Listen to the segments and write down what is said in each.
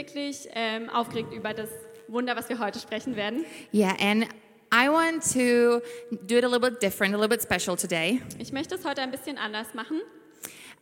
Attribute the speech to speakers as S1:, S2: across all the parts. S1: wirklich ähm, aufgeregt über das Wunder, was wir heute sprechen werden.
S2: Yeah, and I want to do it a little bit different, a little bit special today.
S1: Ich möchte es heute ein bisschen anders machen.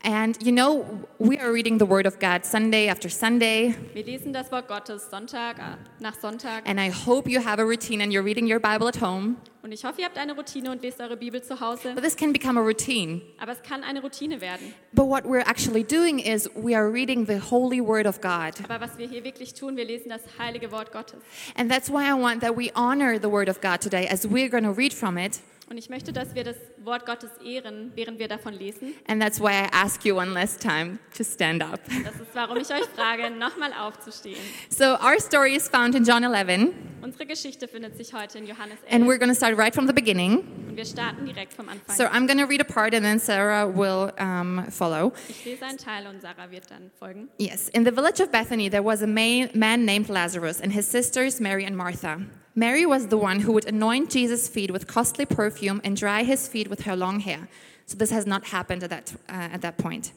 S2: And you know, we are reading the Word of God Sunday after Sunday,
S1: Wir lesen das Wort Gottes Sonntag äh, nach Sonntag
S2: and I hope you have a routine and you're reading your Bible at home.
S1: und ich hoffe, ihr habt eine Routine und lest eure Bibel zu Hause.
S2: But this can become a routine.
S1: Aber es kann eine Routine werden.
S2: But what we're actually doing is we are reading the holy Word of God.
S1: Aber was wir hier wirklich tun, wir lesen das heilige Wort Gottes.
S2: And that's why I want that we honor the Word of God today as we're going to read from it.
S1: Und ich möchte, dass wir das Wort Gottes ehren, während wir davon lesen.
S2: And that's why I ask you one last time to stand up.
S1: Das ist, warum ich euch frage, nochmal aufzustehen.
S2: So, our story is found in John 11,
S1: Unsere Geschichte findet sich heute in Johannes 11
S2: and we're going to start right from the beginning.
S1: und wir starten direkt vom Anfang.
S2: So, I'm going to read a part and then Sarah will um, follow.
S1: Ich lese einen Teil und Sarah wird dann folgen.
S2: Yes, in the village of Bethany, there was a ma- man named Lazarus and his sisters Mary and Martha. Mary was the one who would anoint Jesus' feet with costly perfume and dry his feet with her long hair. So this has not happened at that, uh, at that point.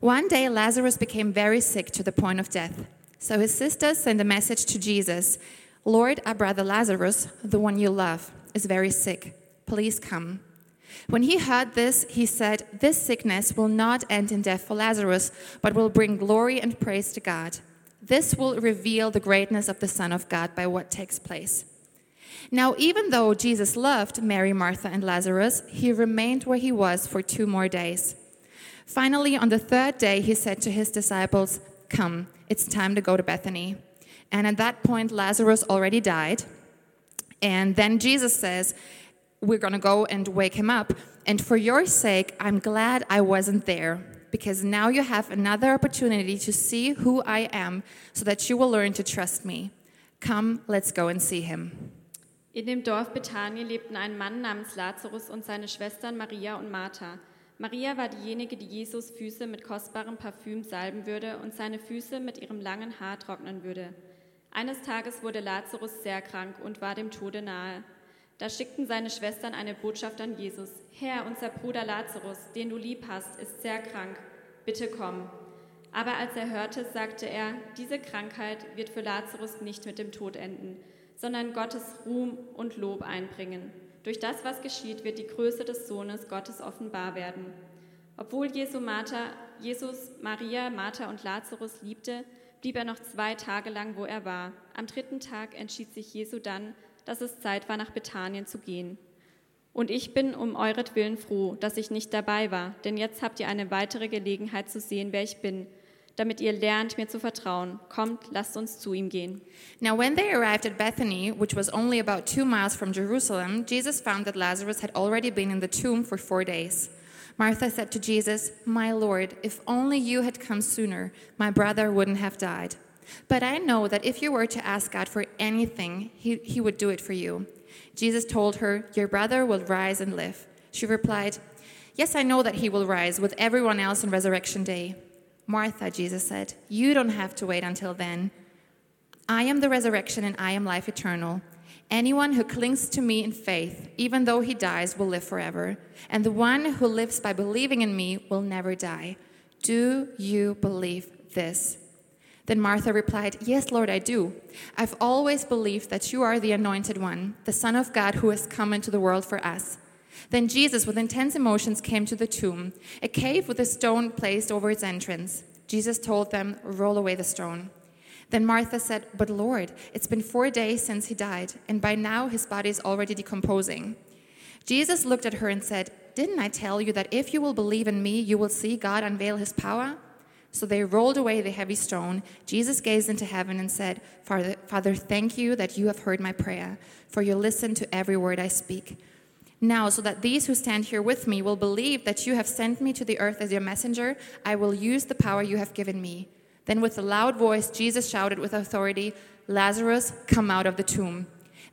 S2: One day, Lazarus became very sick to the point of death. So his sisters sent a message to Jesus Lord, our brother Lazarus, the one you love, is very sick. Please come. When he heard this, he said, This sickness will not end in death for Lazarus, but will bring glory and praise to God. This will reveal the greatness of the Son of God by what takes place. Now, even though Jesus loved Mary, Martha, and Lazarus, he remained where he was for two more days. Finally, on the third day, he said to his disciples, Come, it's time to go to Bethany. And at that point, Lazarus already died. And then Jesus says, We're going to go and wake him up. And for your sake, I'm glad I wasn't there, because now you have another opportunity to see who I am, so that you will learn to trust me. Come, let's go and see him.
S1: In dem Dorf Bethanien lebten ein Mann namens Lazarus und seine Schwestern Maria und Martha. Maria war diejenige, die Jesus Füße mit kostbarem Parfüm salben würde und seine Füße mit ihrem langen Haar trocknen würde. Eines Tages wurde Lazarus sehr krank und war dem Tode nahe. Da schickten seine Schwestern eine Botschaft an Jesus. Herr, unser Bruder Lazarus, den du lieb hast, ist sehr krank. Bitte komm. Aber als er hörte, sagte er, diese Krankheit wird für Lazarus nicht mit dem Tod enden, sondern Gottes Ruhm und Lob einbringen. Durch das, was geschieht, wird die Größe des Sohnes Gottes offenbar werden. Obwohl Jesu Martha, Jesus Maria, Martha und Lazarus liebte, blieb er noch zwei Tage lang, wo er war. Am dritten Tag entschied sich Jesu dann, dass es Zeit war, nach Bethanien zu gehen. Und ich bin um euretwillen froh, dass ich nicht dabei war, denn jetzt habt ihr eine weitere Gelegenheit zu sehen, wer ich bin, damit ihr lernt, mir zu vertrauen. Kommt, lasst uns zu ihm gehen.
S2: Now, when they arrived at Bethany, which was only about two miles from Jerusalem, Jesus found that Lazarus had already been in the tomb for four days. Martha said to Jesus, My Lord, if only you had come sooner, my brother wouldn't have died. But I know that if you were to ask God for anything, he, he would do it for you. Jesus told her, Your brother will rise and live. She replied, Yes, I know that he will rise with everyone else on Resurrection Day. Martha, Jesus said, You don't have to wait until then. I am the resurrection and I am life eternal. Anyone who clings to me in faith, even though he dies, will live forever. And the one who lives by believing in me will never die. Do you believe this? Then Martha replied, Yes, Lord, I do. I've always believed that you are the anointed one, the Son of God who has come into the world for us. Then Jesus, with intense emotions, came to the tomb, a cave with a stone placed over its entrance. Jesus told them, Roll away the stone. Then Martha said, But Lord, it's been four days since he died, and by now his body is already decomposing. Jesus looked at her and said, Didn't I tell you that if you will believe in me, you will see God unveil his power? So they rolled away the heavy stone. Jesus gazed into heaven and said, Father, Father, thank you that you have heard my prayer, for you listen to every word I speak. Now, so that these who stand here with me will believe that you have sent me to the earth as your messenger, I will use the power you have given me. Then, with a loud voice, Jesus shouted with authority, Lazarus, come out of the tomb.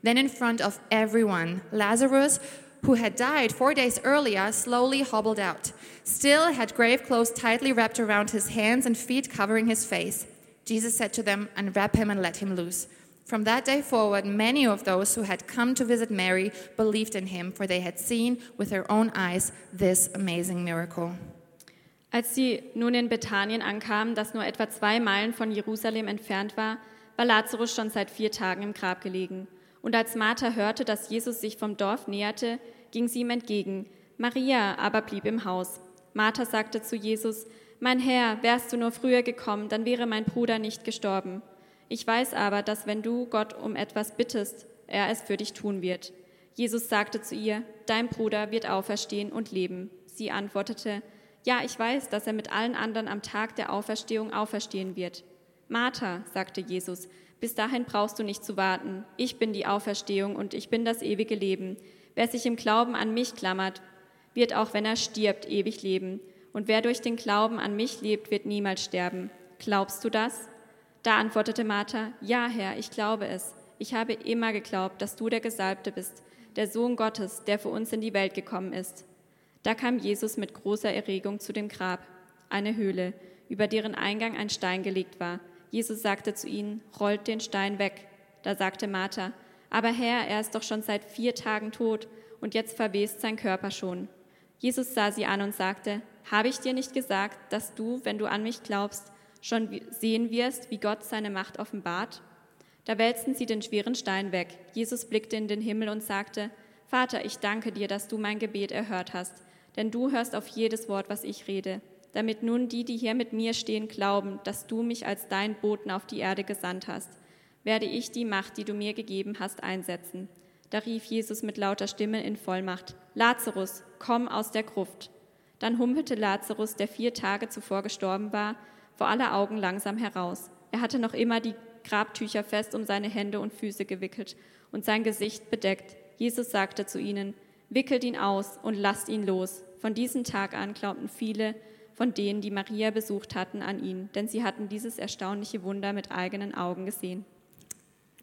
S2: Then, in front of everyone, Lazarus, who had died four days earlier, slowly hobbled out. Still had grave clothes tightly wrapped around his hands and feet covering his face. Jesus said to them, Unwrap him and let him loose. From that day forward, many of those who had come to visit Mary believed in him, for they had seen with their own eyes this amazing miracle.
S1: Als sie nun in Bethanien ankamen, das nur etwa zwei Meilen von Jerusalem entfernt war, war Lazarus schon seit vier Tagen im Grab gelegen. Und als Martha hörte, dass Jesus sich vom Dorf näherte, ging sie ihm entgegen. Maria aber blieb im Haus. Martha sagte zu Jesus, Mein Herr, wärst du nur früher gekommen, dann wäre mein Bruder nicht gestorben. Ich weiß aber, dass wenn du Gott um etwas bittest, er es für dich tun wird. Jesus sagte zu ihr, Dein Bruder wird auferstehen und leben. Sie antwortete, Ja, ich weiß, dass er mit allen anderen am Tag der Auferstehung auferstehen wird. Martha, sagte Jesus, bis dahin brauchst du nicht zu warten. Ich bin die Auferstehung und ich bin das ewige Leben. Wer sich im Glauben an mich klammert, wird auch wenn er stirbt ewig leben. Und wer durch den Glauben an mich lebt, wird niemals sterben. Glaubst du das? Da antwortete Martha, Ja, Herr, ich glaube es. Ich habe immer geglaubt, dass du der Gesalbte bist, der Sohn Gottes, der für uns in die Welt gekommen ist. Da kam Jesus mit großer Erregung zu dem Grab, eine Höhle, über deren Eingang ein Stein gelegt war. Jesus sagte zu ihnen, rollt den Stein weg. Da sagte Martha, aber Herr, er ist doch schon seit vier Tagen tot und jetzt verwest sein Körper schon. Jesus sah sie an und sagte, habe ich dir nicht gesagt, dass du, wenn du an mich glaubst, schon sehen wirst, wie Gott seine Macht offenbart? Da wälzten sie den schweren Stein weg. Jesus blickte in den Himmel und sagte, Vater, ich danke dir, dass du mein Gebet erhört hast, denn du hörst auf jedes Wort, was ich rede, damit nun die, die hier mit mir stehen, glauben, dass du mich als dein Boten auf die Erde gesandt hast, werde ich die Macht, die du mir gegeben hast, einsetzen. Da rief Jesus mit lauter Stimme in Vollmacht, Lazarus, komm aus der Gruft. Dann humpelte Lazarus, der vier Tage zuvor gestorben war, vor aller Augen langsam heraus. Er hatte noch immer die Grabtücher fest um seine Hände und Füße gewickelt und sein Gesicht bedeckt. Jesus sagte zu ihnen, wickelt ihn aus und lasst ihn los. Von diesem Tag an glaubten viele von denen, die Maria besucht hatten, an ihn, denn sie hatten dieses erstaunliche Wunder mit eigenen Augen gesehen.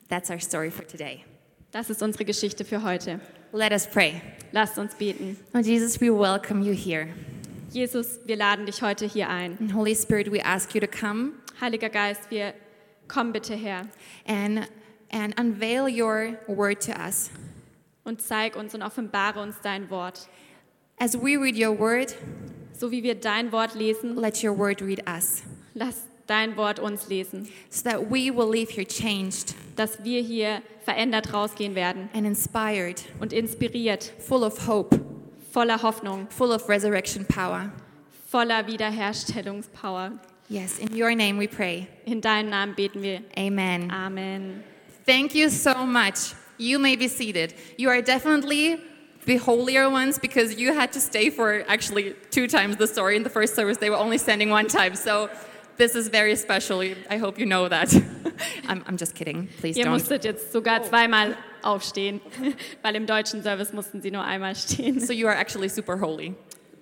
S2: That's our story for today.
S1: Das ist unsere Geschichte für heute.
S2: Let us pray.
S1: Lasst uns beten.
S2: Oh Jesus, we welcome you here.
S1: Jesus, wir laden dich heute hier ein.
S2: And Holy Spirit, we ask you to come
S1: Heiliger Geist, wir komm bitte her
S2: and and unveil your word to us.
S1: und zeig uns und offenbare uns dein Wort.
S2: As we read your word,
S1: So wie wir dein Wort lesen,
S2: let your word read us,
S1: lass dein Wort uns lesen,
S2: so that we will leave here changed
S1: dass wir hier verändert rausgehen werden
S2: and inspired,
S1: und inspiriert,
S2: full of hope,
S1: voller Hoffnung,
S2: full of resurrection power.
S1: voller Wiederherstellungspower.
S2: Yes, in your name we pray.
S1: In deinem Namen beten wir.
S2: Amen.
S1: Amen.
S2: Uh, Thank you so much. You may be seated. You are definitely the holier ones because you had to stay for actually two times the story. In the first service, they were only standing one time. So this is very special. I hope you know that. I'm, I'm just kidding. Please
S1: Ihr
S2: don't.
S1: musstet jetzt sogar zweimal aufstehen, weil im deutschen Service mussten sie nur einmal stehen.
S2: So you are actually super holy.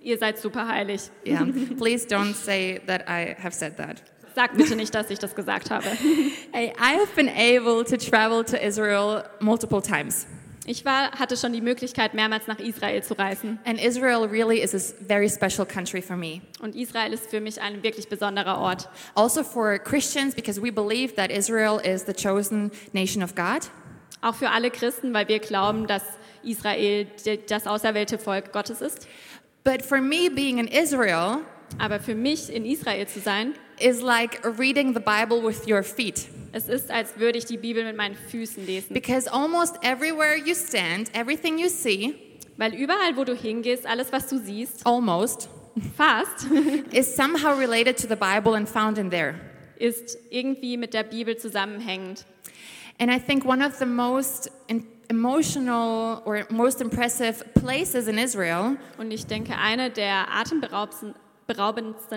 S1: Ihr seid super heilig.
S2: Yeah. Please don't say that I have said that.
S1: Sagt bitte nicht, dass ich das gesagt habe.
S2: I, I have been able to travel to Israel multiple times.
S1: Ich war, hatte schon die Möglichkeit, mehrmals nach Israel zu reisen.
S2: And Israel really is a s- very special country for me.
S1: Und Israel ist für mich ein wirklich besonderer Ort.
S2: Also for Christians, because we believe that Israel is the chosen nation of God.
S1: Auch für alle Christen, weil wir glauben, dass Israel de- das auserwählte Volk Gottes ist.
S2: But for me, being in Israel
S1: Aber für mich, in Israel zu sein,
S2: is like reading the Bible with your feet.
S1: es ist, als würde ich die Bibel mit meinen Füßen lesen.
S2: Because almost everywhere you stand, everything you see,
S1: Weil überall, wo du hingehst, alles, was du siehst,
S2: almost,
S1: fast,
S2: is somehow related to the Bible and found in there.
S1: ist irgendwie mit der Bibel zusammenhängend.
S2: And I think one of the most in- emotional or most impressive places in Israel
S1: Und ich denke, eine der atemberaubendsten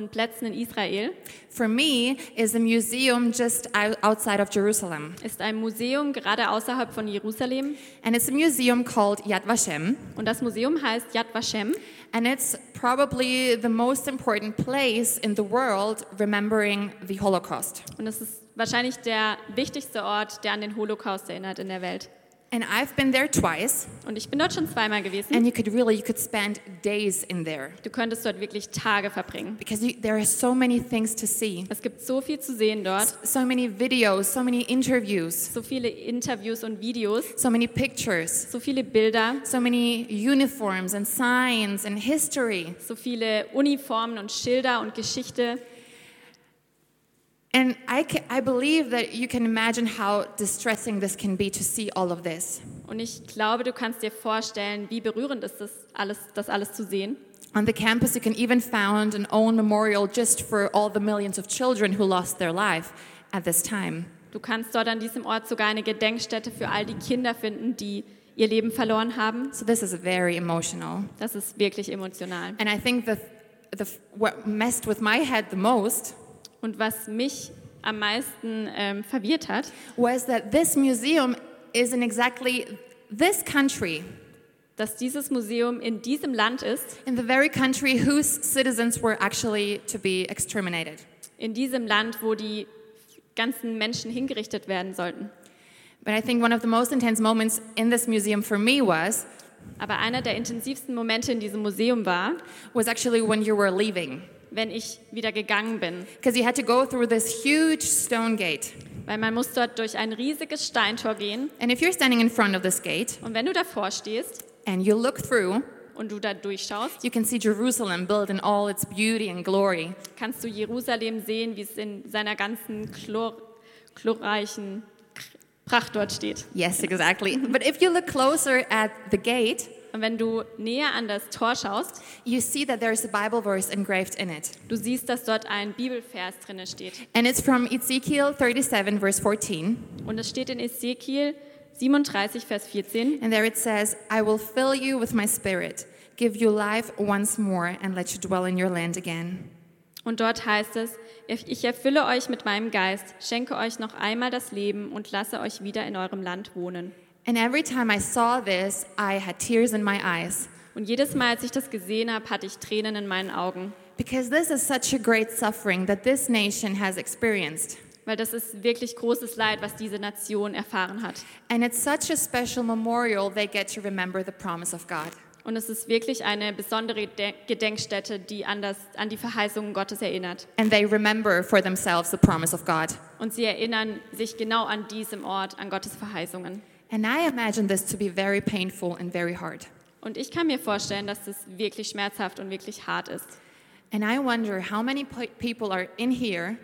S1: Plätzen in Israel
S2: for me is a museum just ou- outside of Jerusalem.
S1: ist ein Museum gerade außerhalb von Jerusalem.
S2: And it's a museum called Yad Vashem.
S1: Und das Museum heißt Yad Vashem.
S2: And it's probably the most important place in the world remembering the Holocaust.
S1: Und es ist wahrscheinlich der wichtigste Ort, der an den Holocaust erinnert in der Welt.
S2: And I've been there twice,
S1: Und ich bin dort schon zweimal gewesen.
S2: and you could really you could spend days in there
S1: Du könntest dort wirklich Tage verbringen.
S2: because you, there are so many things to see,
S1: Es gibt so viel zu sehen dort,
S2: so many videos, so many interviews,
S1: so viele Interviews und Videos,
S2: so many pictures,
S1: so viele Bilder,
S2: so many uniforms and signs and history.
S1: so viele Uniformen und Schilder und Geschichte.
S2: And I, ca- I believe that you can imagine how distressing this can be to see all of this.
S1: Und ich glaube, du kannst dir vorstellen, wie berührend ist das alles, das alles zu sehen.
S2: On the campus, you can even found an own memorial just for all the millions of children who lost their life at this time.
S1: Du kannst dort an diesem Ort sogar eine Gedenkstätte für all die Kinder finden, die ihr Leben verloren haben.
S2: So this is very emotional.
S1: Das ist wirklich emotional.
S2: And I think the, the what messed with my head the most
S1: Und was mich am meisten ähm, verwirrt hat,
S2: was that this museum is in exactly this country,
S1: dass dieses Museum in diesem Land ist,
S2: in the very country whose citizens were actually to be exterminated.
S1: in diesem Land, wo die ganzen Menschen hingerichtet werden sollten.
S2: But I think one of the most intense moments in this museum for me was
S1: Aber einer der intensivsten Momente in diesem Museum war,
S2: was actually when you were leaving
S1: wenn ich wieder gegangen bin,
S2: because you had to go through this huge stone gate.
S1: weil man muss dort durch ein riesiges Steintor gehen
S2: And if you're standing in front of this gate
S1: und wenn du davor stehst
S2: and you look through,
S1: und du da durchschaust,
S2: you can see Jerusalem built in all its beauty and glory.
S1: kannst du Jerusalem sehen, wie es in seiner ganzen chlor chlorreichen K- Pracht dort steht.
S2: Yes, exactly. but if you look closer at the gate,
S1: Und wenn du näher an das Tor schaust,
S2: you see that there's a Bible verse engraved in it.
S1: du siehst, dass dort ein Bibelvers drinne steht.
S2: And it's from Ezekiel 37, verse 14.
S1: Und es steht in Ezekiel 37, Vers 14.
S2: And there it says, I will fill you with my spirit, give you life once more, and let you dwell in your land again.
S1: Und dort heißt es, ich erfülle euch mit meinem Geist, schenke euch noch einmal das Leben und lasse euch wieder in eurem Land wohnen.
S2: And every time I saw this, I had tears in my eyes
S1: Und jedes Mal, als ich das gesehen habe, hatte ich Tränen in meinen Augen,
S2: because this is such a great suffering that this nation has experienced.
S1: weil das ist wirklich großes Leid, was diese Nation erfahren hat.
S2: And it's such a special memorial they get to remember the promise of God.
S1: Und es ist wirklich eine besondere De Gedenkstätte, die an, das, an die Verheißungen Gottes erinnert.
S2: And they remember for themselves the promise of God.
S1: Und sie erinnern sich genau an diesem Ort, an Gottes Verheißungen.
S2: And I imagine this to be very painful and very hard.
S1: Und ich kann mir vorstellen, dass das wirklich schmerzhaft und wirklich hart ist.
S2: And I wonder how many po- people are in here,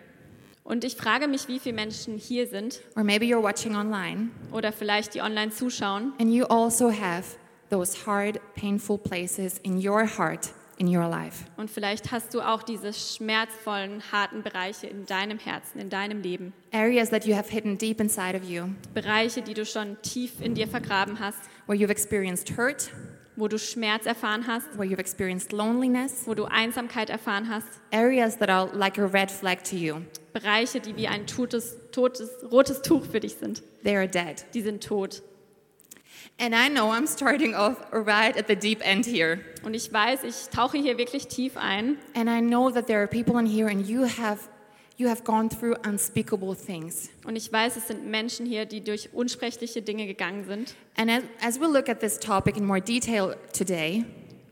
S1: Und ich frage mich, wie viele Menschen hier sind
S2: or maybe you're watching online,
S1: oder vielleicht die online zuschauen
S2: and you also have those hard, painful places in your heart, in your life.
S1: und vielleicht hast du auch diese schmerzvollen, harten Bereiche in deinem Herzen, in deinem Leben.
S2: Areas that you have hidden deep inside of you,
S1: Bereiche, die du schon tief in dir vergraben hast,
S2: where you've experienced hurt,
S1: wo du Schmerz erfahren hast,
S2: where you've experienced loneliness,
S1: wo du Einsamkeit erfahren hast.
S2: areas that are like a red flag to you.
S1: Bereiche, die wie ein totes, totes, rotes Tuch für dich sind.
S2: They are dead.
S1: Die sind tot.
S2: And I know I'm starting off right at the deep end here.
S1: Und ich weiß, ich tauche hier wirklich tief ein.
S2: And I know that there are people in here and you have you have gone through unspeakable things.
S1: Und ich weiß, es sind Menschen hier, die durch unsprechliche Dinge gegangen sind.
S2: And as, as we look at this topic in more detail today,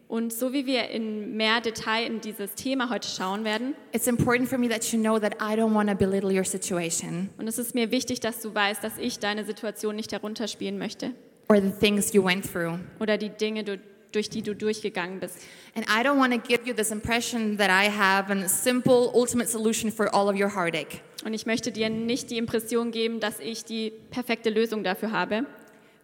S1: Und so wie wir in mehr Detail in dieses Thema heute schauen werden,
S2: it's important for me that you know that I don't want to belittle your situation
S1: und es ist mir wichtig, dass du weißt, dass ich deine Situation nicht herunterspielen möchte
S2: or the things you went through.
S1: oder die Dinge, du, durch die du durchgegangen bist.
S2: And I don't want to give you this impression that I have a simple ultimate solution for all of your heartache.
S1: Und ich möchte dir nicht die Impression geben, dass ich die perfekte Lösung dafür habe.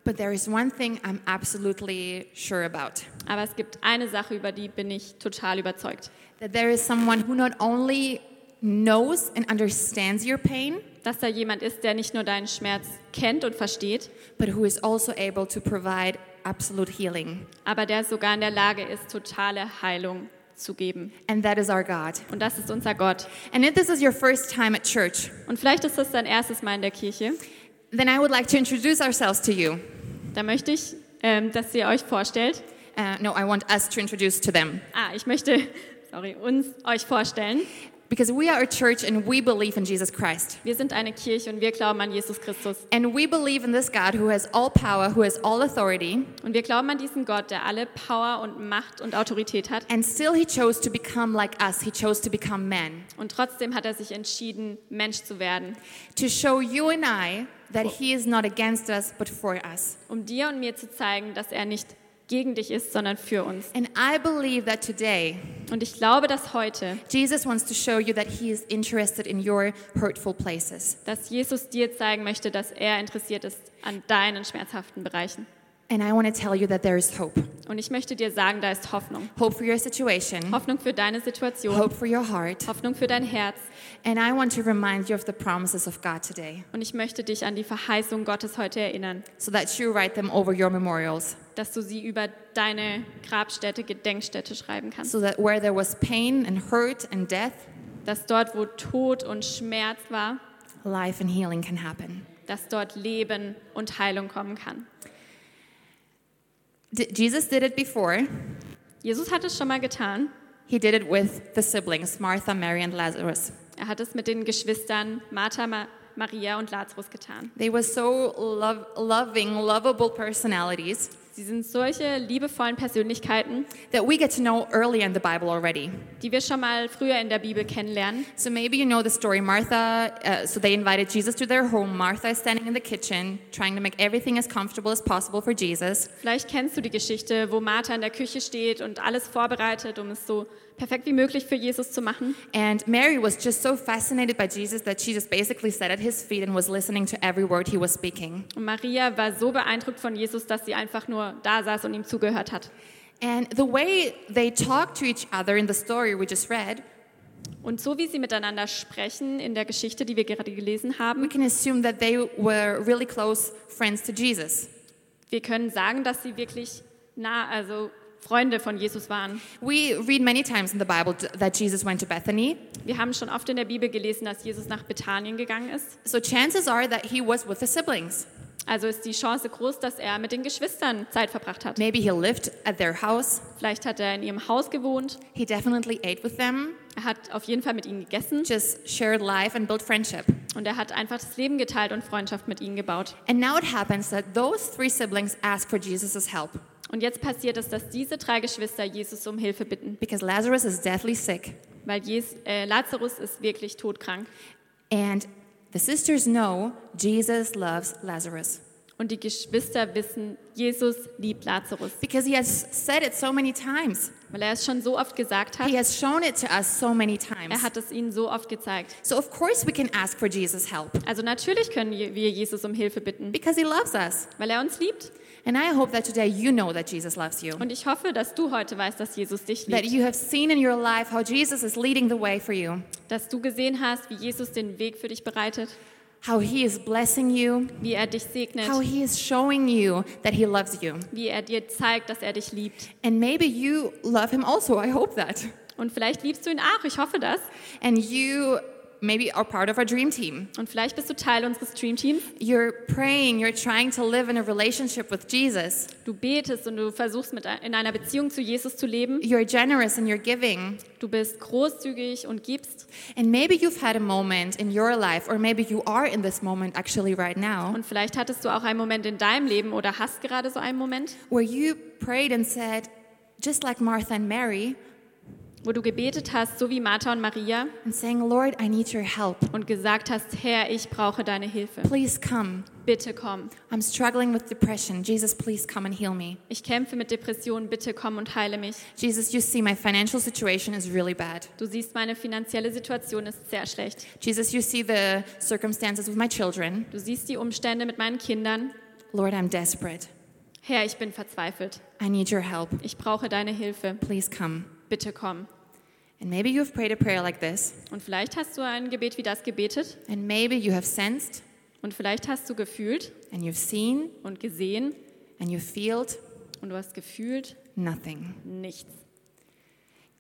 S2: But there is one thing I'm absolutely sure about.
S1: Aber es gibt eine Sache, über die bin ich total überzeugt.
S2: That there is someone who not only knows and understands your pain,
S1: dass da jemand ist, der nicht nur deinen Schmerz kennt und versteht,
S2: but who is also able to provide absolute healing.
S1: aber der sogar in der Lage ist, totale Heilung zu geben.
S2: And that is our God.
S1: Und das ist unser Gott.
S2: And if this is your first time at church,
S1: Und vielleicht ist das dein erstes Mal in der Kirche.
S2: then I would like to introduce ourselves to you.
S1: Da möchte ich, ähm, dass ihr euch vorstellt.
S2: Uh, no, I want us to introduce to them.
S1: Ah, ich möchte, sorry, uns euch vorstellen.
S2: Because we are a church and we believe in Jesus Christ.
S1: Wir sind eine Kirche und wir glauben an Jesus Christus.
S2: And we believe in this God who has all power, who has all authority,
S1: Und wir glauben an diesen Gott, der alle Power und Macht und Autorität hat.
S2: and still he chose to become like us. He chose to become man
S1: Und trotzdem hat er sich entschieden, Mensch zu werden,
S2: to show you and I that he is not against us but for us.
S1: um dir und mir zu zeigen, dass er nicht gegen dich ist, sondern für uns.
S2: And I believe that today
S1: Und ich glaube, dass heute,
S2: Jesus wants to show you that he is interested in your hurtful places.
S1: dass Jesus dir zeigen möchte, dass er interessiert ist an deinen schmerzhaften Bereichen.
S2: And I want to tell you that there is hope.
S1: Und ich möchte dir sagen, da ist Hoffnung.
S2: Hope for your situation,
S1: Hoffnung für deine Situation,
S2: hope for your heart.
S1: Hoffnung für dein Herz.
S2: And I want to remind you of the promises of God today
S1: Und ich möchte dich an die Verheißung Gottes heute erinnern,
S2: so that you write them over your memorials.
S1: dass du sie über deine Grabstätte, Gedenkstätte schreiben kannst.
S2: So that where there was pain and hurt and death,
S1: Dass dort, wo Tod und Schmerz war,
S2: life and healing can happen.
S1: dass dort Leben und Heilung kommen kann.
S2: D- Jesus did it before.
S1: Jesus hat es schon mal getan.
S2: He did it with the siblings, Martha, Mary, and Lazarus.
S1: Er hat es mit den Geschwistern Martha, Ma Maria und Lazarus getan.
S2: They were so lov- loving, lovable personalities
S1: Sie sind solche liebevollen Persönlichkeiten,
S2: that we get to know early in the Bible already.
S1: die wir schon mal früher in der Bibel kennenlernen.
S2: So maybe you know the story. Martha, uh, so they invited Jesus to their home. Martha is standing in the kitchen, trying to make everything as comfortable as possible for Jesus.
S1: Vielleicht kennst du die Geschichte, wo Martha in der Küche steht und alles vorbereitet, um es so perfekt wie möglich für Jesus zu machen.
S2: And Mary was just so fascinated by Jesus that she just basically sat at his feet and was listening to every word he was speaking.
S1: Und Maria war so beeindruckt von Jesus, dass sie einfach nur da saß und ihm zugehört hat.
S2: And the way they talked to each other in the story we just read,
S1: Und so wie sie miteinander sprechen in der Geschichte, die wir gerade gelesen
S2: we
S1: haben,
S2: can assume that they were really close friends to Jesus.
S1: wir können sagen, dass sie wirklich nah, also Freunde von Jesus waren.
S2: We read many times in the Bible t- that Jesus went to Bethany,
S1: Wir haben schon oft in der Bibel gelesen, dass Jesus nach Bethanien gegangen ist.
S2: so chances are that he was with the siblings.
S1: Also ist die Chance groß, dass er mit den Geschwistern Zeit verbracht hat.
S2: Maybe he lived at their house.
S1: Vielleicht hat er in ihrem Haus gewohnt.
S2: He definitely ate with them,
S1: Er hat auf jeden Fall mit ihnen gegessen
S2: just shared life and built friendship.
S1: und er hat einfach das Leben geteilt und Freundschaft mit ihnen gebaut.
S2: And now it happens that those three siblings ask for Jesus' help
S1: Und jetzt passiert es, dass diese drei Geschwister Jesus um Hilfe bitten,
S2: because Lazarus is deathly sick.
S1: weil Jes äh, Lazarus ist wirklich todkrank.
S2: And the sisters know Jesus loves Lazarus
S1: Und die Geschwister wissen, Jesus liebt Lazarus,
S2: because he has said it so many times.
S1: weil er es schon so oft gesagt hat.
S2: He has shown it to us so many times.
S1: Er hat es ihnen so oft gezeigt.
S2: So, of course, we can ask for Jesus' help
S1: Also natürlich können wir Jesus um Hilfe bitten,
S2: because he loves us.
S1: weil er uns liebt.
S2: And I hope that today you know that Jesus loves you,
S1: Und ich hoffe, dass du heute weißt, dass Jesus dich
S2: that
S1: liebt,
S2: you have seen in your life how Jesus is leading the way for you,
S1: dass du gesehen hast, wie Jesus den Weg für dich bereitet,
S2: how he is blessing you,
S1: wie er dich segnet,
S2: how he is showing you that he loves you.
S1: wie er dir zeigt, dass er dich liebt.
S2: And maybe you love him also. I hope that.
S1: Und vielleicht liebst du ihn auch, ich hoffe das.
S2: And you maybe are part of our dream team.
S1: Und vielleicht bist du Teil unseres Dream Teams.
S2: You're praying, you're trying to live in a relationship with Jesus.
S1: Du betest und du versuchst mit, in einer Beziehung zu Jesus zu leben.
S2: You're generous and you're giving.
S1: Du bist großzügig und gibst.
S2: And maybe you've had a moment in your life, or maybe you are in this moment actually right now,
S1: Und vielleicht hattest du auch einen Moment in deinem Leben oder hast gerade so einen Moment,
S2: where you prayed and said, just like Martha and Mary,
S1: wo du gebetet hast, so wie Martha und Maria,
S2: and saying, Lord, I need your help.
S1: und gesagt hast, Herr, ich brauche deine Hilfe.
S2: Please come.
S1: Bitte komm.
S2: I'm struggling with depression. Jesus, please come and heal me.
S1: Ich kämpfe mit Depressionen, bitte komm und heile mich.
S2: Jesus, you see, my financial situation is really bad.
S1: Du siehst, meine finanzielle Situation ist sehr schlecht.
S2: Jesus, you see the circumstances with my children.
S1: Du siehst die Umstände mit meinen Kindern.
S2: Lord, I'm desperate.
S1: Herr, ich bin verzweifelt.
S2: I need your help.
S1: Ich brauche deine Hilfe.
S2: Please come.
S1: Bitte komm.
S2: And maybe you've prayed a prayer like this,
S1: Und vielleicht hast du ein Gebet wie das gebetet
S2: and maybe you have sensed,
S1: und vielleicht hast du gefühlt
S2: and you've seen,
S1: und gesehen
S2: and you felt
S1: und du hast gefühlt
S2: nothing.
S1: nichts.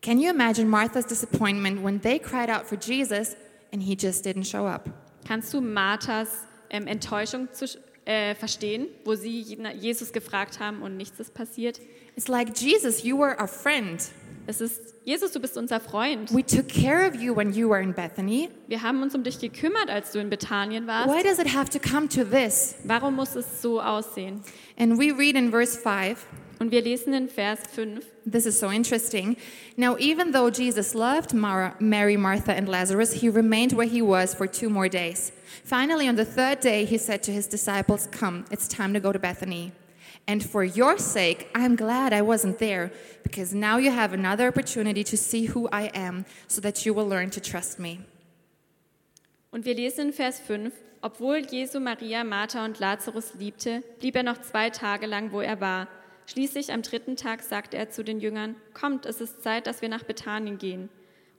S2: Can you imagine Martha's disappointment when they cried out for Jesus and he just didn't show up?
S1: Kannst du Marthas ähm, Enttäuschung zu, äh, verstehen, wo sie Je- Jesus gefragt haben und nichts ist passiert?
S2: It's like, Jesus, you were our friend.
S1: Es ist, Jesus, du bist unser Freund.
S2: We took care of you when you were in Bethany.
S1: Wir haben uns um dich gekümmert, als du in Bethanien warst.
S2: Why does it have to come to this?
S1: Warum muss es so aussehen?
S2: And we read in verse 5
S1: Und wir lesen in Vers 5,
S2: This is so interesting. Now, even though Jesus loved Mar- Mary, Martha, and Lazarus, he remained where he was for two more days. Finally, on the third day, he said to his disciples, Come, it's time to go to Bethany. And for your sake, I'm glad I wasn't there, because now you have another opportunity to see who I am, so that you will learn to trust me.
S1: Und wir lesen in Vers 5, obwohl Jesu Maria, Martha und Lazarus liebte, blieb er noch zwei Tage lang, wo er war. Schließlich am dritten Tag sagte er zu den Jüngern, Kommt, es ist Zeit, dass wir nach Bethanien gehen.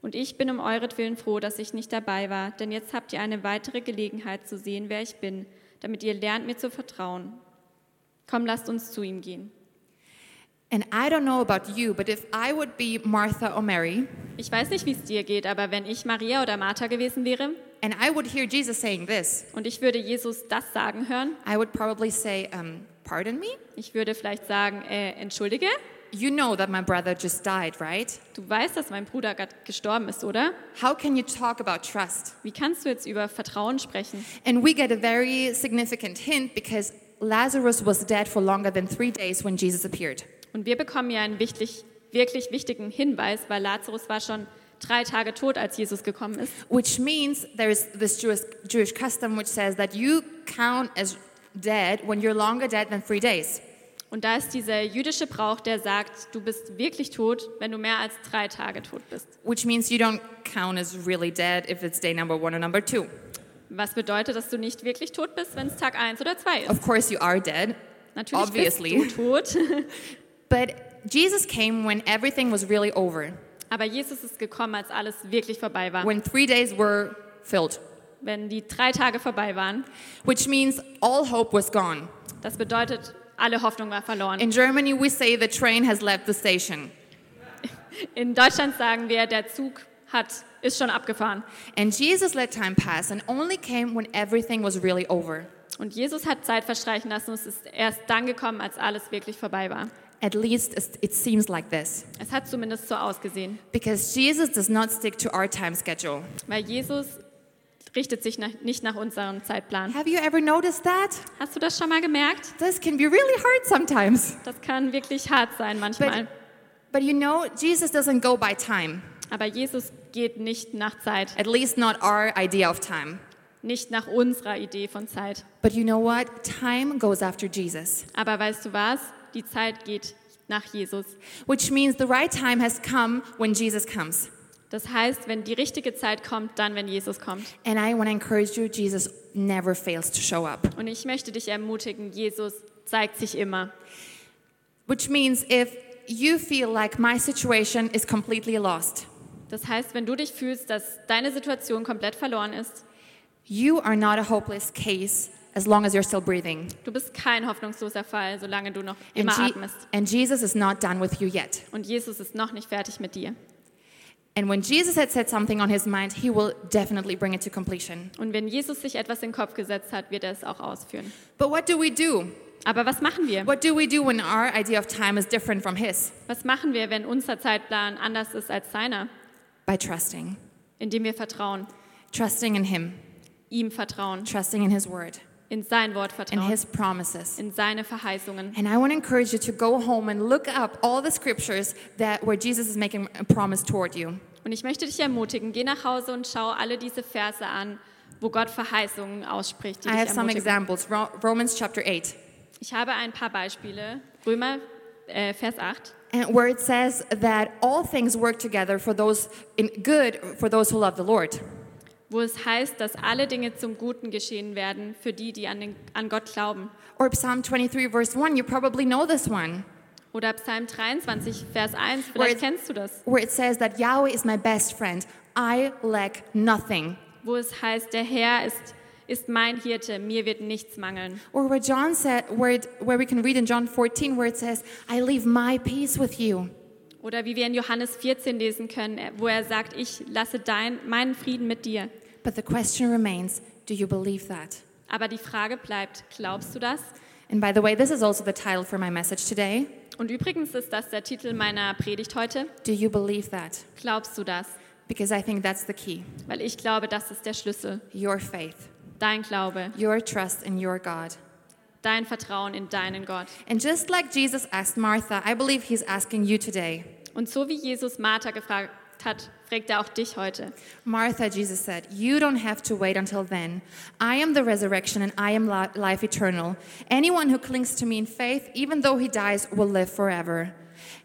S1: Und ich bin um euretwillen froh, dass ich nicht dabei war, denn jetzt habt ihr eine weitere Gelegenheit zu sehen, wer ich bin, damit ihr lernt, mir zu vertrauen. Komm, lasst uns zu ihm gehen.
S2: And I don't know about you, but if I would be Martha or Mary,
S1: Ich weiß nicht, wie es dir geht, aber wenn ich Maria oder Martha gewesen wäre
S2: and I would hear Jesus saying this,
S1: und ich würde Jesus das sagen hören,
S2: I would probably say, um, Pardon me?
S1: ich würde vielleicht sagen, äh, entschuldige,
S2: You know that my brother just died, right?
S1: Du weißt, dass mein Bruder gerade gestorben ist, oder?
S2: How can you talk about trust?
S1: Wie kannst du jetzt über Vertrauen sprechen?
S2: And we get a very significant hint because Lazarus was dead for longer than three days when Jesus appeared.
S1: Und wir bekommen ja einen wichtig, wirklich wichtigen Hinweis, weil Lazarus war schon drei Tage tot, als Jesus gekommen ist.
S2: Which means there's this Jewish, Jewish custom which says that you count as dead when you're longer dead than three days.
S1: Und da ist dieser jüdische Brauch, der sagt, du bist wirklich tot, wenn du mehr als drei Tage tot bist.
S2: Which means you don't count as really dead if it's day number one or number two.
S1: Was bedeutet, dass du nicht wirklich tot bist, wenn es Tag eins oder zwei ist?
S2: Of course, you are dead,
S1: Natürlich
S2: obviously.
S1: bist du tot,
S2: But Jesus came when everything was really over,
S1: aber Jesus ist gekommen, als alles wirklich vorbei war.
S2: when three days were filled,
S1: Wenn die drei Tage vorbei waren,
S2: which means all hope was gone.
S1: das bedeutet, alle Hoffnung war verloren.
S2: In Germany, we say the train has left the station.
S1: In Deutschland sagen wir, der Zug hat, ist schon abgefahren.
S2: And Jesus let time pass and only came when everything was really over.
S1: Und Jesus hat Zeit verstreichen lassen und es ist erst dann gekommen, als alles wirklich vorbei war.
S2: At least es- it seems like this.
S1: Es hat zumindest so ausgesehen,
S2: Because Jesus does not stick to our time schedule.
S1: weil Jesus richtet sich nach, nicht nach unserem Zeitplan.
S2: Have you ever noticed that?
S1: Hast du das schon mal gemerkt?
S2: This can be really hard sometimes.
S1: Das kann wirklich hart sein manchmal.
S2: But you know, Jesus doesn't go by time,
S1: Aber Jesus geht nicht nach Zeit,
S2: at least not our idea of time.
S1: nicht nach unserer Idee von Zeit.
S2: But you know what? Time goes after Jesus,
S1: Aber weißt du was? Die Zeit geht nach Jesus.
S2: which means the right time has come when Jesus comes.
S1: Das heißt, wenn die richtige Zeit kommt, dann, wenn Jesus kommt.
S2: And I want to encourage you, Jesus never fails to show up.
S1: Und ich möchte dich ermutigen, Jesus zeigt sich immer.
S2: Which means if you feel like my situation is completely lost,
S1: Das heißt, wenn du dich fühlst, dass deine Situation komplett verloren ist,
S2: you are not a hopeless case as long as you're still breathing.
S1: du bist kein hoffnungsloser Fall, solange du noch
S2: And,
S1: immer
S2: Je-
S1: atmest.
S2: and Jesus is not done with you yet.
S1: Und Jesus ist noch nicht fertig mit dir.
S2: And when Jesus had said something on his mind, he will definitely bring it to completion.
S1: Und wenn Jesus sich etwas in den Kopf gesetzt hat, wird er es auch ausführen.
S2: But what do we do?
S1: Aber was machen wir?
S2: What do we do when our idea of time is different from his?
S1: Was machen wir, wenn unser Zeitplan anders ist als seiner?
S2: By trusting.
S1: Indem wir vertrauen,
S2: Trusting in him,
S1: ihm vertrauen,
S2: trusting in his word,
S1: in sein Wort
S2: in
S1: vertrauen,
S2: his promises.
S1: in seine Verheißungen.
S2: And I want to encourage you to go home and look up all the scriptures that where Jesus is making a promise toward you.
S1: Und ich möchte dich ermutigen, geh nach Hause und schau alle diese Verse an, wo Gott Verheißungen ausspricht. Die
S2: I
S1: dich
S2: have some
S1: ermutigen.
S2: examples. Ro- Romans chapter 8,
S1: Ich habe ein paar Beispiele. Römer, äh, Vers 8.
S2: and where it says that all things work together for those in good for those who love the Lord.
S1: wo es heißt, dass alle Dinge zum Guten geschehen werden für die, die an, den, an Gott glauben.
S2: Or Psalm 23 verse 1, you probably know this one,
S1: Oder Psalm 23, Vers 1,
S2: Where-
S1: vielleicht kennst du das,
S2: where it says that Yahweh is my best friend. I lack nothing.
S1: wo es heißt, der Herr ist, ist mein Hirte, mir wird nichts mangeln.
S2: Or where John said where it, where we can read in John 14 where it says, "I leave my peace with you."
S1: Oder wie wir in Johannes 14 lesen können, äh, wo er sagt, ich lasse dein, meinen Frieden mit dir.
S2: But the question remains, do you believe that?
S1: Aber die Frage bleibt, glaubst du das?
S2: And by the way, this is also the title for my message today.
S1: Und übrigens ist das der Titel meiner Predigt heute.
S2: Do you believe that?
S1: Glaubst du das?
S2: Because I think that's the key
S1: Weil ich glaube, das ist der Schlüssel.
S2: your faith,
S1: Dein Glaube,
S2: your trust in your God.
S1: dein Vertrauen in deinen Gott.
S2: And just like Jesus asked Martha, I believe he's asking you today.
S1: Und so wie Jesus Martha gefragt hat, fragt er auch dich heute.
S2: Martha, Jesus said, You don't have to wait until then. I am the resurrection and I am li- life eternal. Anyone who clings to me in faith, even though he dies, will live forever.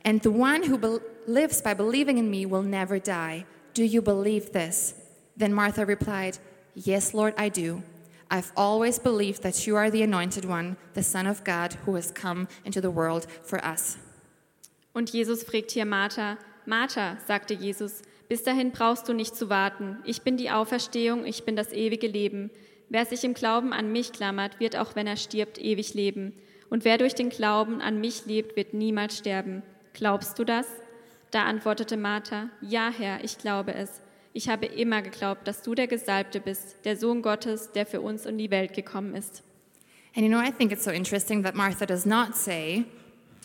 S2: And the one who bel lives by believing in me will never die. Do you believe this? Then Martha replied, Yes, Lord, I do. I've always believed that you are the anointed one, the Son of God, who has come into the world for us.
S1: Und Jesus fragt hier Martha, Martha, sagte Jesus, bis dahin brauchst du nicht zu warten. Ich bin die Auferstehung, ich bin das ewige Leben. Wer sich im Glauben an mich klammert, wird auch wenn er stirbt, ewig leben. Und wer durch den Glauben an mich lebt, wird niemals sterben. Glaubst du das? Da antwortete Martha, ja Herr, ich glaube es. Ich habe immer geglaubt, dass du der Gesalbte bist, der Sohn Gottes, der für uns in die Welt gekommen ist.
S2: And you know, I think it's so interesting that Martha does not say,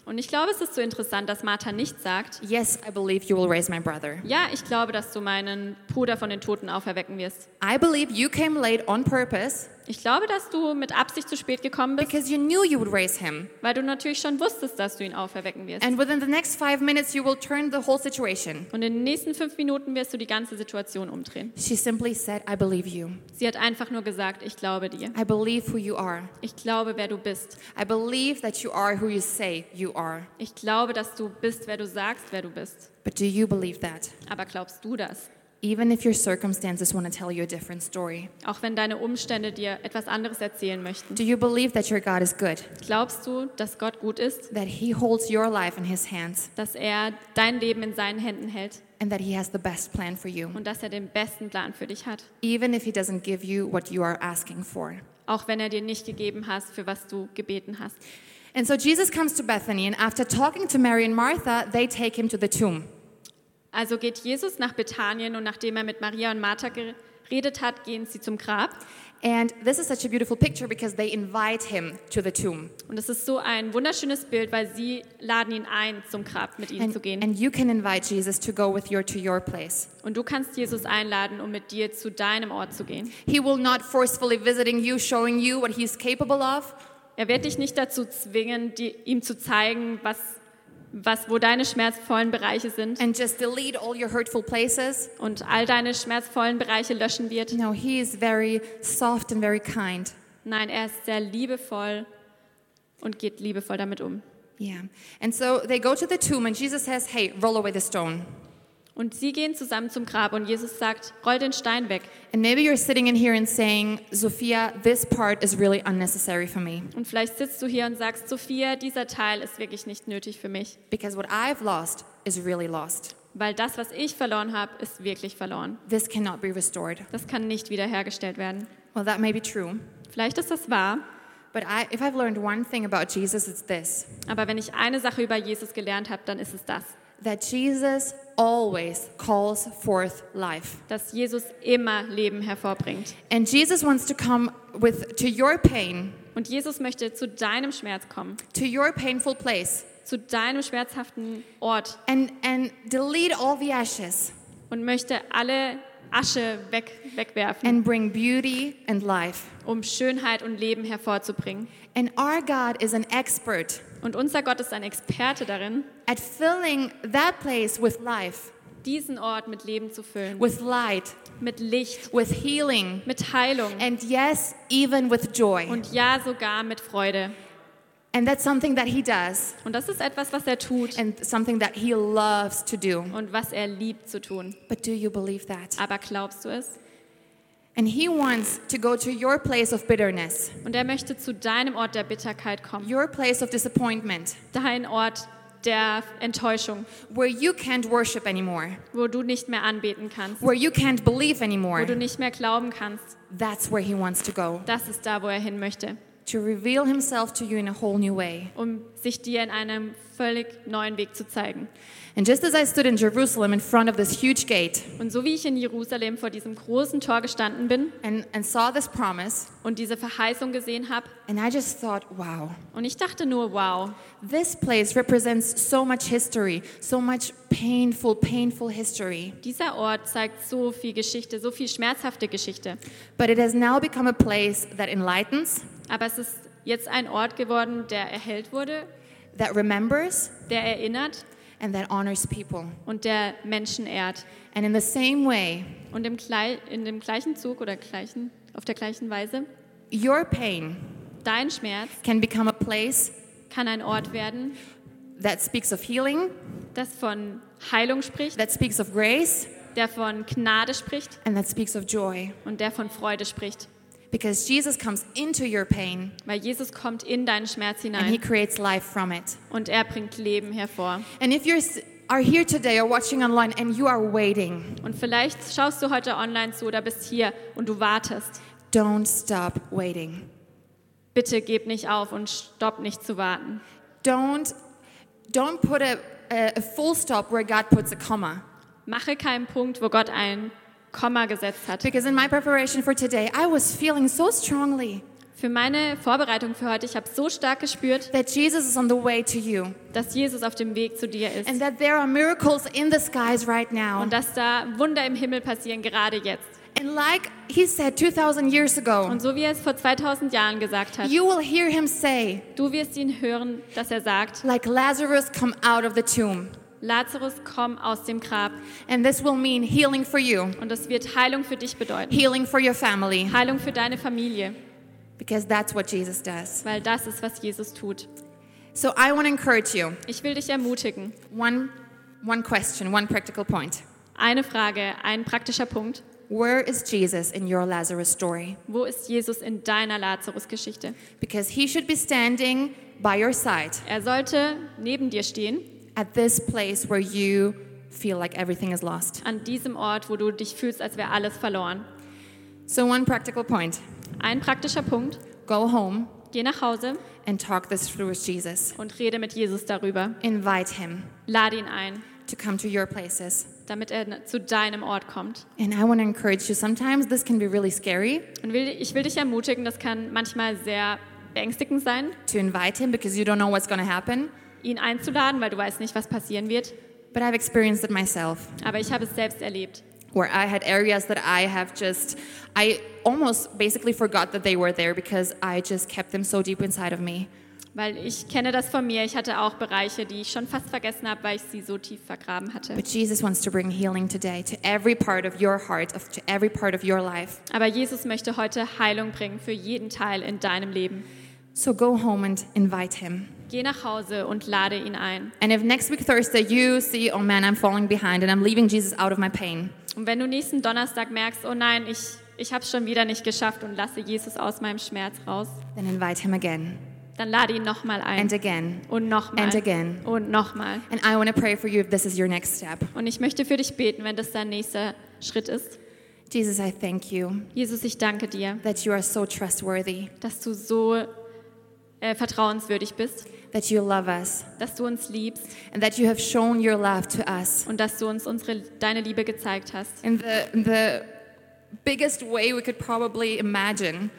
S1: Und ich glaube, es ist so interessant, dass Martha nicht sagt,
S2: Yes, I believe you will raise my brother.
S1: Ja, ich glaube, dass du meinen Bruder von den Toten auferwecken wirst.
S2: I believe you came late on purpose
S1: Ich glaube, dass du mit Absicht zu spät gekommen bist,
S2: because you knew you would raise him.
S1: weil du natürlich schon wusstest, dass du ihn auferwecken wirst.
S2: And within the next five minutes, you will turn the whole situation.
S1: Und in den nächsten fünf Minuten wirst du die ganze Situation umdrehen.
S2: She simply said, I believe you.
S1: Sie hat einfach nur gesagt, ich glaube dir.
S2: I believe who you are.
S1: Ich glaube, wer du bist.
S2: I believe that you are who you say you are.
S1: Ich glaube, dass du bist, wer du sagst, wer du bist.
S2: But do you believe that?
S1: Aber glaubst du das?
S2: Even if your circumstances want to tell you a different story,
S1: Auch wenn deine Umstände dir etwas anderes erzählen möchten.
S2: do you believe that your God is good?
S1: Glaubst du, dass Gott gut ist?
S2: That He holds your life in His hands
S1: Dass er dein Leben in seinen Händen hält
S2: and that He has the best plan for you,
S1: und dass er den besten Plan für dich hat?
S2: even if He doesn't give you what you are asking for?
S1: auch wenn er dir nicht gegeben hast, für was du gebeten hast.
S2: And so Jesus comes to Bethany, and after talking to Mary and Martha, they take him to the tomb.
S1: Also geht Jesus nach Bethanien und nachdem er mit Maria und Martha geredet hat, gehen sie zum Grab.
S2: And this is such a beautiful picture because they invite him to the tomb.
S1: Und es ist so ein wunderschönes Bild, weil sie laden ihn ein, zum Grab mit ihnen
S2: And,
S1: zu gehen.
S2: and you can invite Jesus to go with you to your place.
S1: Und du kannst Jesus einladen, um mit dir zu deinem Ort zu gehen.
S2: He will not forcefully visiting you, showing you what he's capable of.
S1: Er wird dich nicht dazu zwingen, dir, ihm zu zeigen, was, was, wo deine schmerzvollen Bereiche sind
S2: And just delete all your hurtful places.
S1: und all deine schmerzvollen Bereiche löschen wird.
S2: No, he is very soft and very kind.
S1: Nein, er ist sehr liebevoll und geht liebevoll damit um.
S2: Yeah. And so they go to the tomb, and Jesus says, Hey, roll away the stone.
S1: Und sie gehen zusammen zum Grab und Jesus sagt, roll den Stein weg.
S2: And maybe you're sitting in here and saying, Sophia, this part is really unnecessary for me.
S1: Und vielleicht sitzt du hier und sagst, Sophia, dieser Teil ist wirklich nicht nötig für mich,
S2: Because what I've lost is really lost.
S1: weil das, was ich verloren habe, ist wirklich verloren.
S2: This cannot be restored.
S1: Das kann nicht wiederhergestellt werden.
S2: Well, that may be true.
S1: Vielleicht ist das wahr,
S2: But I, if I've learned one thing about Jesus, it's this
S1: aber wenn ich eine Sache über Jesus gelernt habe, dann ist es das,
S2: that Jesus always calls forth life.
S1: dass Jesus immer Leben hervorbringt.
S2: And Jesus wants to come with to your pain,
S1: Und Jesus möchte zu deinem Schmerz kommen,
S2: to your painful place,
S1: zu deinem schmerzhaften Ort
S2: and, and delete all the ashes
S1: und möchte alle Asche weg, wegwerfen,
S2: and bring beauty and life.
S1: um Schönheit und Leben hervorzubringen.
S2: And our God is an expert
S1: Und unser Gott ist ein Experte darin,
S2: at filling that place with life,
S1: diesen Ort mit Leben zu füllen,
S2: with light,
S1: mit Licht,
S2: with healing,
S1: mit Heilung
S2: and yes, even with joy.
S1: und ja sogar mit Freude.
S2: And that's something that he does
S1: Und das ist etwas, was er tut
S2: and something that he loves to do.
S1: und was er liebt zu tun.
S2: But do you believe that?
S1: Aber glaubst du es?
S2: And he wants to go to your place of bitterness,
S1: Und er möchte zu deinem Ort der Bitterkeit kommen,
S2: your place of disappointment,
S1: dein Ort der Enttäuschung,
S2: where you can't worship anymore,
S1: wo du nicht mehr anbeten kannst,
S2: where you can't believe
S1: wo
S2: anymore.
S1: du nicht mehr glauben kannst.
S2: That's where he wants to go.
S1: Das ist da, wo er hin möchte.
S2: to reveal himself to you in a whole new way.
S1: um sich dir in einem völlig neuen Weg zu zeigen.
S2: And just as I stood in Jerusalem in front of this huge gate
S1: Und so wie ich in Jerusalem vor diesem großen Tor gestanden bin
S2: and, and saw this promise,
S1: und diese Verheißung gesehen habe,
S2: and I just thought, wow,
S1: und ich dachte nur, wow,
S2: this place represents so much history, so much painful, painful history.
S1: dieser Ort zeigt so viel Geschichte, so viel schmerzhafte Geschichte.
S2: But it has now become a place that enlightens,
S1: Aber es ist jetzt ein Ort geworden, der erhellt wurde,
S2: that remembers,
S1: der erinnert
S2: and that honors people.
S1: und der Menschen ehrt.
S2: And in the same way,
S1: Und im Klei- in dem gleichen Zug oder gleichen, auf der gleichen Weise,
S2: your pain
S1: dein Schmerz
S2: can become a place
S1: kann ein Ort werden,
S2: that speaks of healing,
S1: das von Heilung spricht,
S2: that speaks of grace,
S1: der von Gnade spricht
S2: and that speaks of joy.
S1: und der von Freude spricht.
S2: Because Jesus comes into your pain
S1: Weil Jesus kommt in deinen Schmerz
S2: and he
S1: hinein
S2: creates life from it.
S1: und er bringt Leben hervor.
S2: And if you are here today or watching online and you are waiting,
S1: Und vielleicht schaust du heute online zu oder bist hier und du wartest.
S2: don't stop waiting.
S1: Bitte gib nicht auf und stopp nicht zu warten.
S2: Don't, don't put a, a, a full stop where God puts a comma.
S1: Mache keinen Punkt, wo Gott ein Komma gesetzt hat.
S2: Because in my preparation for today, I was feeling so strongly
S1: Für meine Vorbereitung für heute, ich habe so stark gespürt,
S2: that Jesus is on the way to you
S1: dass Jesus auf dem Weg zu dir ist
S2: and that there are miracles in the skies right now.
S1: und dass da Wunder im Himmel passieren, gerade jetzt.
S2: And like he said 2,000 years ago,
S1: Und so wie er es vor 2000 Jahren gesagt hat,
S2: you will hear him say,
S1: du wirst ihn hören, dass er sagt,
S2: like Lazarus, come out of the tomb.
S1: Lazarus, komm aus dem Grab.
S2: And this will mean healing for you,
S1: Und das wird Heilung für dich bedeuten.
S2: healing for your family,
S1: Heilung für deine Familie,
S2: because that's what Jesus does.
S1: weil das ist, was Jesus tut.
S2: So I want to encourage you.
S1: Ich will dich ermutigen.
S2: One, one question, one practical point.
S1: Eine Frage, ein praktischer Punkt.
S2: Where is Jesus in your Lazarus story?
S1: Wo ist Jesus in deiner Lazarus-Geschichte?
S2: Because he should be standing by your side
S1: Er sollte neben dir stehen,
S2: at this place where you feel like everything is lost.
S1: an diesem Ort, wo du dich fühlst, als wäre alles verloren.
S2: So, one practical point
S1: Ein praktischer Punkt.
S2: go home
S1: Geh nach Hause
S2: and talk this through with Jesus.
S1: und rede mit Jesus darüber.
S2: Invite him
S1: Lade ihn ein,
S2: to come to your places.
S1: damit er zu deinem Ort kommt.
S2: And I want to encourage you. Sometimes this can be really scary
S1: Und will, ich will dich ermutigen, das kann manchmal sehr beängstigend sein,
S2: to invite him because you don't know what's going to happen.
S1: ihn einzuladen, weil du weißt nicht, was passieren wird.
S2: But I've experienced it myself,
S1: Aber ich habe es selbst erlebt.
S2: where I had areas that I have just, I almost basically forgot that they were there because I just kept them so deep inside of me.
S1: Weil ich kenne das von mir. Ich hatte auch Bereiche, die ich schon fast vergessen habe, weil ich sie so tief vergraben hatte.
S2: But Jesus wants to bring healing today to every part of your heart, of, to every part of your life.
S1: Aber Jesus möchte heute Heilung bringen für jeden Teil in deinem Leben.
S2: So go home and invite him.
S1: Geh nach Hause und lade ihn ein.
S2: And if next week, Thursday, you see, oh man, I'm falling behind and I'm leaving Jesus out of my pain,
S1: Und wenn du nächsten Donnerstag merkst, oh nein, ich, ich habe es schon wieder nicht geschafft und lasse Jesus aus meinem Schmerz raus,
S2: then invite him again
S1: dann lade ihn nochmal ein.
S2: and again.
S1: Und nochmal.
S2: And again.
S1: Und nochmal.
S2: And I want to pray for you if this is your next step.
S1: Und ich möchte für dich beten, wenn das dein nächster Schritt ist.
S2: Jesus, I thank you
S1: Jesus, ich danke dir,
S2: that you are so trustworthy,
S1: dass du so äh, vertrauenswürdig bist,
S2: that you love us,
S1: dass du uns liebst.
S2: and that you have shown your love to us
S1: und dass du uns unsere, deine Liebe gezeigt hast.
S2: in the, in the biggest way we could probably imagine,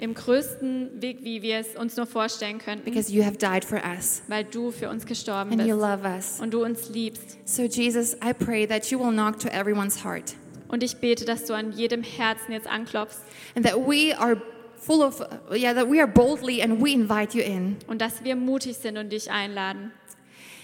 S1: Im größten Weg, wie wir es uns nur vorstellen könnten,
S2: because you have died for us
S1: weil du für uns gestorben
S2: and you
S1: bist
S2: love us.
S1: und du uns liebst.
S2: So, Jesus, I pray that you will knock to everyone's heart
S1: Und ich bete, dass du an jedem Herzen jetzt anklopfst
S2: and that we are full of, yeah, that we are boldly and we invite you in.
S1: und dass wir mutig sind und dich einladen.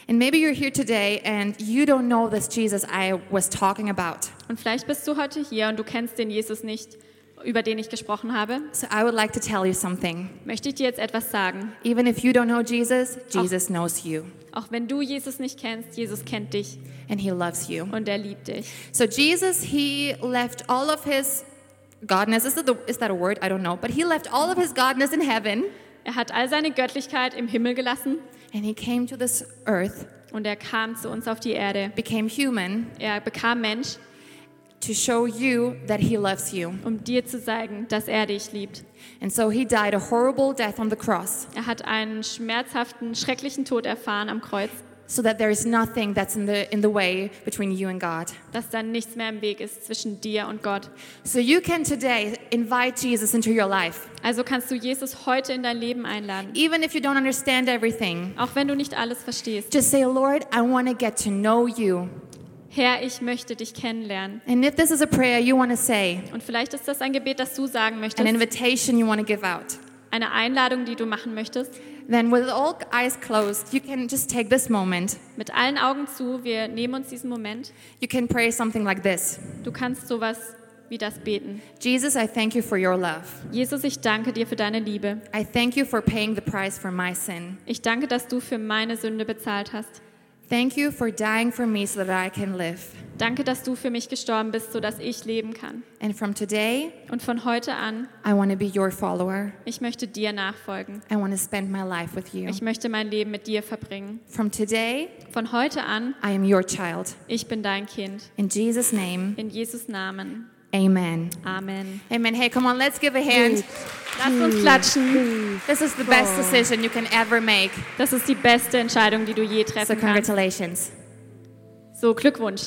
S2: And maybe you're here today and you don't know this Jesus I was talking about.
S1: Und vielleicht bist du heute hier und du kennst den Jesus nicht, über den ich gesprochen habe.
S2: So, I would like to tell you something.
S1: Möchte ich dir jetzt etwas sagen.
S2: Even if you don't know Jesus, Jesus knows you
S1: Auch wenn du Jesus nicht kennst, Jesus kennt dich
S2: and he loves you.
S1: und er liebt dich.
S2: So Jesus, he left all of his godness. Is that, the, is that a word? I don't know. But he left all of his godness in heaven
S1: Er hat all seine Göttlichkeit im Himmel gelassen
S2: and he came to this earth,
S1: und er kam zu uns auf die Erde.
S2: became human,
S1: Er bekam Mensch
S2: to show you that he loves you.
S1: um dir zu zeigen, dass er dich liebt.
S2: And so he died a horrible death on the cross
S1: Er hat einen schmerzhaften, schrecklichen Tod erfahren am Kreuz,
S2: so that there is nothing that's in the, in the way between you and God.
S1: dass dann nichts mehr im Weg ist zwischen dir und Gott.
S2: So you can today invite Jesus into your life.
S1: Also kannst du Jesus heute in dein Leben einladen.
S2: Even if you don't understand everything,
S1: Auch wenn du nicht alles verstehst.
S2: just say, Lord, I want to get to know you.
S1: Herr, ich möchte dich kennenlernen.
S2: And if this is a prayer you want to say,
S1: Und vielleicht ist das ein Gebet, das du sagen
S2: an
S1: möchtest,
S2: invitation you want to give out,
S1: eine Einladung, die du machen möchtest.
S2: then with all eyes closed, you can just take this moment.
S1: Mit allen Augen zu, wir nehmen uns diesen Moment.
S2: You can pray something like this
S1: Du kannst sowas wie das beten.
S2: Jesus, I thank you for your love.
S1: Jesus, ich danke dir für deine Liebe.
S2: I thank you for paying the price for my sin.
S1: Ich danke, dass du für meine Sünde bezahlt hast.
S2: Thank you for dying for me so that I can live.
S1: Danke, dass du für mich gestorben bist, sodass ich leben kann.
S2: And from today,
S1: Und von heute an,
S2: I want to be your follower.
S1: ich möchte dir nachfolgen.
S2: I want to spend my life with you.
S1: Ich möchte mein Leben mit dir verbringen.
S2: From today,
S1: Von heute an,
S2: I am your child.
S1: ich bin dein Kind.
S2: In Jesus' name,
S1: In Jesus Namen.
S2: amen.
S1: Amen.
S2: Amen. Hey, come on, let's give a hand.
S1: Lasst uns klatschen.
S2: This is the best decision you can ever make.
S1: Das ist die beste Entscheidung, die du je
S2: So,
S1: treffen kannst.
S2: congratulations.
S1: So, Glückwunsch.